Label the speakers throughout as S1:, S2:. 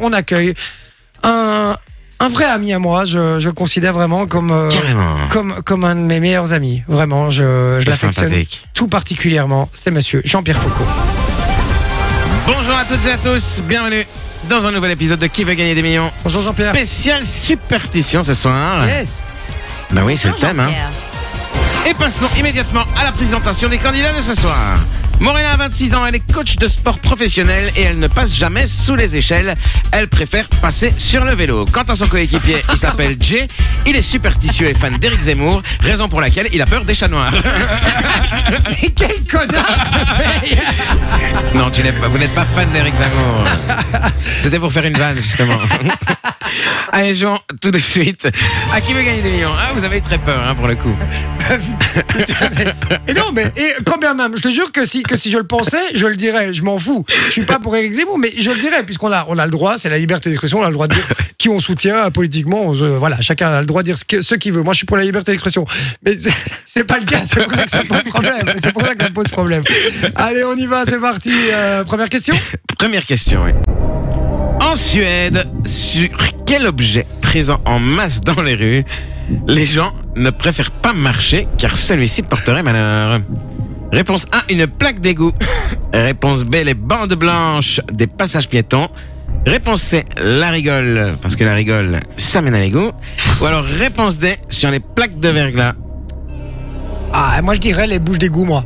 S1: on accueille un, un vrai ami à moi. Je, je le considère vraiment comme, euh,
S2: Carrément.
S1: comme, comme un de mes meilleurs amis. Vraiment, je, je
S2: C'est
S1: l'affectionne
S2: sympathique.
S1: tout particulièrement. C'est monsieur Jean-Pierre Foucault.
S2: Bonjour à toutes et à tous, bienvenue dans un nouvel épisode de Qui veut gagner des millions
S1: Bonjour Jean-Pierre.
S2: Spécial superstition ce soir.
S1: Yes.
S2: Bah oui, c'est le thème. Hein. Et passons immédiatement à la présentation des candidats de ce soir. Morena a 26 ans, elle est coach de sport professionnel et elle ne passe jamais sous les échelles. Elle préfère passer sur le vélo. Quant à son coéquipier, il s'appelle Jay. Il est superstitieux et fan d'Éric Zemmour, raison pour laquelle il a peur des chats noirs.
S1: Mais quel connard ce mec
S2: Non, tu n'es pas, vous n'êtes pas fan d'Eric Zemmour. C'était pour faire une vanne, justement. Allez, Jean, tout de suite. À qui veut gagner des millions Ah, vous avez eu très peur, hein, pour le coup.
S1: Et non, mais et quand bien même, je te jure que si, que si je le pensais, je le dirais, je m'en fous. Je suis pas pour Éric Zemmour, mais je le dirais, puisqu'on a, on a le droit, c'est la liberté d'expression, on a le droit de dire qui on soutient euh, politiquement. on se- voilà, chacun a le droit de dire ce que- ce qu'il veut. Moi, je suis pour la liberté d'expression. Mais c'est- c'est pas le cas, c'est pour ça que ça pose problème. C'est pour ça que ça pose problème. Allez, on y va, c'est parti. Euh, première question
S2: Première question, oui. En Suède, sur quel objet présent en masse dans les rues, les gens ne préfèrent pas marcher car celui-ci porterait malheur Réponse A, une plaque d'égout. Réponse B, les bandes blanches des passages piétons. Réponse C, la rigole, parce que la rigole, ça mène à l'égout. Ou alors réponse D, sur les plaques de verglas.
S1: Ah, moi, je dirais les bouches d'égout, moi.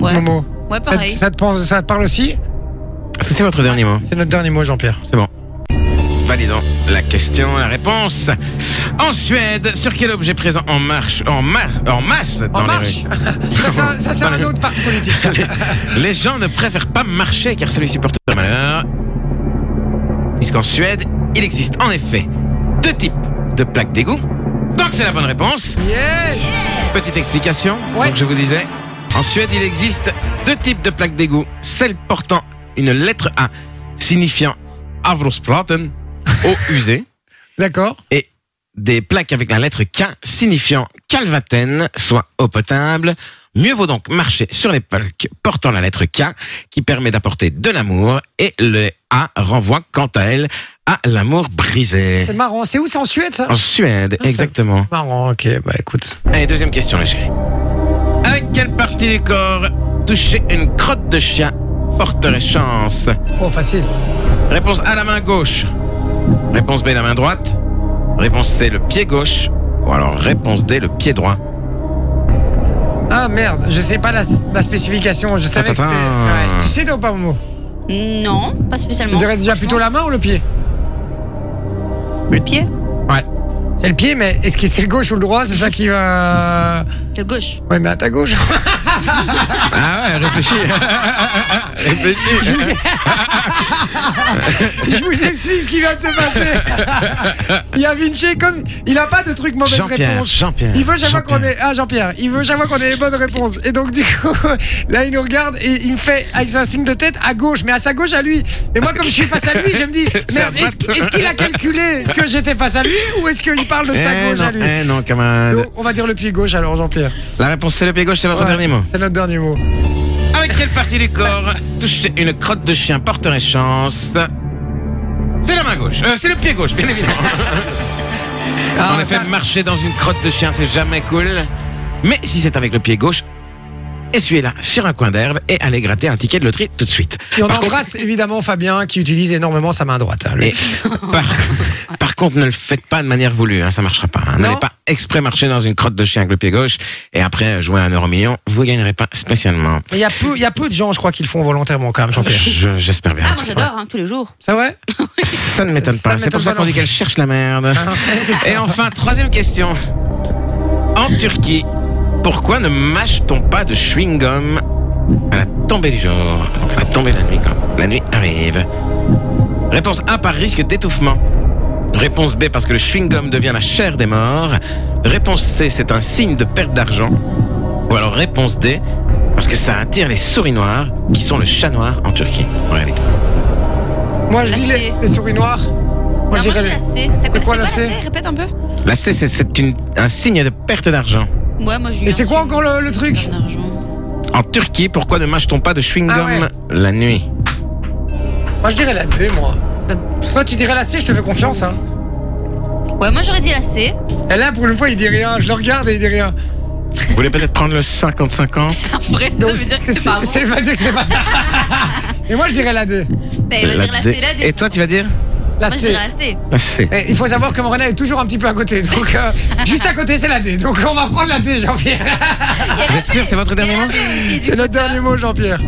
S3: Ouais.
S1: Momo.
S3: Ouais,
S1: Ça,
S3: pareil.
S1: ça te pense- ça te parle aussi
S2: Est-ce que c'est votre dernier mot
S1: C'est notre dernier mot, Jean-Pierre.
S2: C'est bon. Validons la question, la réponse. En Suède, sur quel objet présent en marche, en masse, en masse dans
S1: En
S2: les
S1: marche
S2: rues
S1: Ça, c'est un- ça, c'est
S2: Dans les
S1: un
S2: rues.
S1: autre parti politique. ça.
S2: Les gens ne préfèrent pas marcher car celui-ci porte malheur. Puisqu'en Suède, il existe en effet deux types de plaques d'égout. Donc c'est la bonne réponse.
S1: Yes
S2: Petite explication.
S1: Ouais.
S2: Donc je vous disais, en Suède, il existe deux types de plaques d'égout. Celle portant une lettre A signifiant Avrosplaten, eau usée.
S1: D'accord.
S2: et des plaques avec la lettre K signifiant calvatène, soit eau potable. Mieux vaut donc marcher sur les plaques portant la lettre K qui permet d'apporter de l'amour et le A renvoie quant à elle à l'amour brisé.
S1: C'est marrant. C'est où C'est en Suède, ça
S2: Eh. En Suède,
S1: c'est-
S2: exactement.
S1: Marrant, ok, bah écoute.
S2: Allez, deuxième question, les chéris. Avec quelle partie du corps toucher une crotte de chien porterait chance
S1: Oh, facile.
S2: Réponse A, la main gauche. Réponse B, la main droite. Réponse C, le pied gauche. Ou alors réponse D, le pied droit.
S1: Ah merde, je sais pas la, la spécification, je savais que c'était.
S2: Tintin.
S1: Ouais. Tu sais, toi, ou pas, Momo
S3: Non, pas
S1: Tu
S3: spécialement.
S1: dirais déjà plutôt la main ou le pied
S3: Le pied
S2: Ouais.
S1: C'est le pied, mais est-ce que c'est le gauche ou le droit C'est ça qui va.
S3: Le gauche.
S1: Ouais, mais à ta gauche.
S2: Ah ouais, réfléchis.
S1: je,
S2: réfléchis.
S1: vous... je vous explique ce qui vient de se passer. il y a Vinci, comme. Il a pas de truc mauvaise
S2: Jean-Pierre,
S1: réponse.
S2: Jean-Pierre.
S1: Il veut chaque fois qu'on
S2: Jean-Pierre.
S1: ait ah Jean-Pierre, il veut chaque fois qu'on ait les bonnes réponses. Et donc du coup, là il nous regarde et il me fait avec un signe de tête à gauche, mais à sa gauche à lui. Et moi comme je suis face à lui, je me dis
S2: C'est à
S1: merde, est-ce
S2: droite.
S1: est-ce qu'il a calculé que j'étais face à lui ou est-ce qu'il parle de
S2: Eh
S1: sa gauche
S2: non,
S1: à lui
S2: eh non, camarade.
S1: Donc, on va dire le pied gauche alors Jean-Pierre.
S2: La réponse c'est le pied gauche, c'est votre
S1: Ouais,
S2: dernier mot.
S1: C'est notre dernier mot.
S2: Avec quelle partie du corps toucher une crotte de chien porterait chance C'est la main gauche. Euh, c'est le pied gauche, bien évidemment.
S1: Ah,
S2: en effet,
S1: ça-
S2: marcher dans une crotte de chien, c'est jamais cool. Mais si c'est avec le pied gauche, essuyez-la sur un coin d'herbe et allez gratter un ticket de loterie tout de suite.
S1: Et on
S2: Par contre-
S1: embrasse évidemment Fabien qui utilise énormément sa main droite. hein, lui.
S2: Et par, par contre, ne le faites pas de manière voulue, hein, ça marchera pas. hein.
S1: Non.
S2: N'allez pas exprès marcher dans une crotte de chien avec le pied gauche et après euh, jouer à un euro million, vous gagnerez pas spécialement.
S1: Mais Il y a peu, il y a peu de gens, je crois, qui le font volontairement quand même, Jean-Pierre.
S2: Je- J'espère bien.
S3: Ah, moi j'adore, hein, tous les jours.
S1: C'est vrai
S2: Ça ne m'étonne
S1: Ça
S2: pas.
S1: m'étonne
S2: C'est pour ça
S1: pas
S2: qu'on dit
S1: non. Ah,
S2: qu'elle cherche la merde. Et enfin, troisième question. En Turquie, pourquoi ne mâche-t-on pas de chewing-gum à la tombée du jour Donc à la tombée de la nuit, quand la nuit arrive. Réponse A par risque d'étouffement. Réponse B parce que le chewing-gum devient la chair des morts. Réponse C, c'est un signe de perte d'argent. Ou alors réponse D, parce que ça attire les souris noires, qui sont le chat noir en Turquie, en réalité.
S1: Moi je
S3: La
S1: dis les,
S3: C.
S1: les souris noires. Moi
S3: Non,
S1: je dirais
S3: la
S1: les-
S3: C. C'est quoi, c'est quoi la C Répète un peu.
S2: La C, c'est- c'est une- un signe de perte d'argent.
S3: Ouais, moi je
S1: Et c'est quoi encore le- le truc
S2: En
S3: Ah
S2: Turquie, pourquoi ne mâche-t-on pas de chewing-gum
S1: Ah ouais.
S2: la nuit
S1: Moi je dirais la D moi.
S3: Bah,
S1: Toi, tu dirais la C, je te fais confiance. Hein.
S3: Ouais, moi j'aurais dit la C.
S1: Et là, pour une fois, il dit rien. Je le regarde et il dit rien.
S2: Vous voulez peut-être prendre le 50-50
S3: En vrai, ça veut dire que c'est pas bon.
S1: c'est pas dire que c'est pas ça. Et moi, je dirais la D.
S3: T'as il va dire la
S2: D.
S3: C, la D.
S2: Et toi, tu vas dire
S1: La
S3: Moi je
S1: C.
S3: dirais la C.
S2: La C.
S1: Et il faut savoir que mon René est toujours un petit peu à côté. Donc, euh, juste à côté, c'est la D. Donc, on va prendre la D, Jean-Pierre.
S2: Vous êtes sûr, c'est votre dernier mot
S1: C'est notre dernier mot, Jean-Pierre.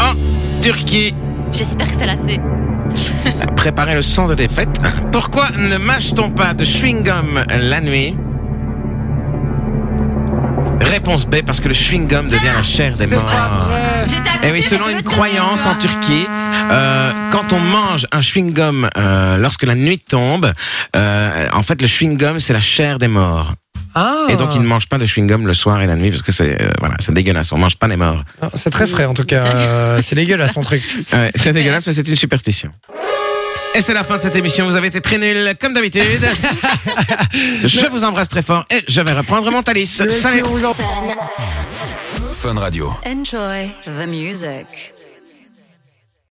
S2: En Turquie,
S3: J'espère que c'est la C.
S2: préparez le sang de défaite. Pourquoi ne mâche-t-on pas de chewing-gum la nuit Réponse B, parce que le chewing-gum devient la chair des
S1: C'est
S2: morts.
S1: pas vrai.
S3: J'étais à
S2: Et
S3: côté,
S2: Eh oui, selon
S3: mais
S2: une
S3: l'autre,
S2: croyance
S3: euh,
S2: en Turquie, euh, quand on mange un chewing-gum euh, lorsque la nuit tombe, euh, en fait le chewing-gum c'est la chair des morts.
S1: Ah.
S2: Et donc ils ne mangent pas de chewing-gum le soir et la nuit parce que c'est euh, voilà, c'est dégueulasse, on mange pas les morts.
S1: Ah, C'est très frais, en tout cas. Euh, c'est dégueulasse, ton truc.
S2: Ouais, Euh, c'est dégueulasse mais c'est une superstition. Et c'est la fin de cette émission, vous avez été très nuls comme d'habitude. je vous embrasse très fort et je vais reprendre mon talis.
S1: Mais si
S2: Salut.
S1: on vous en-
S4: Fun Radio.
S5: Enjoy the music.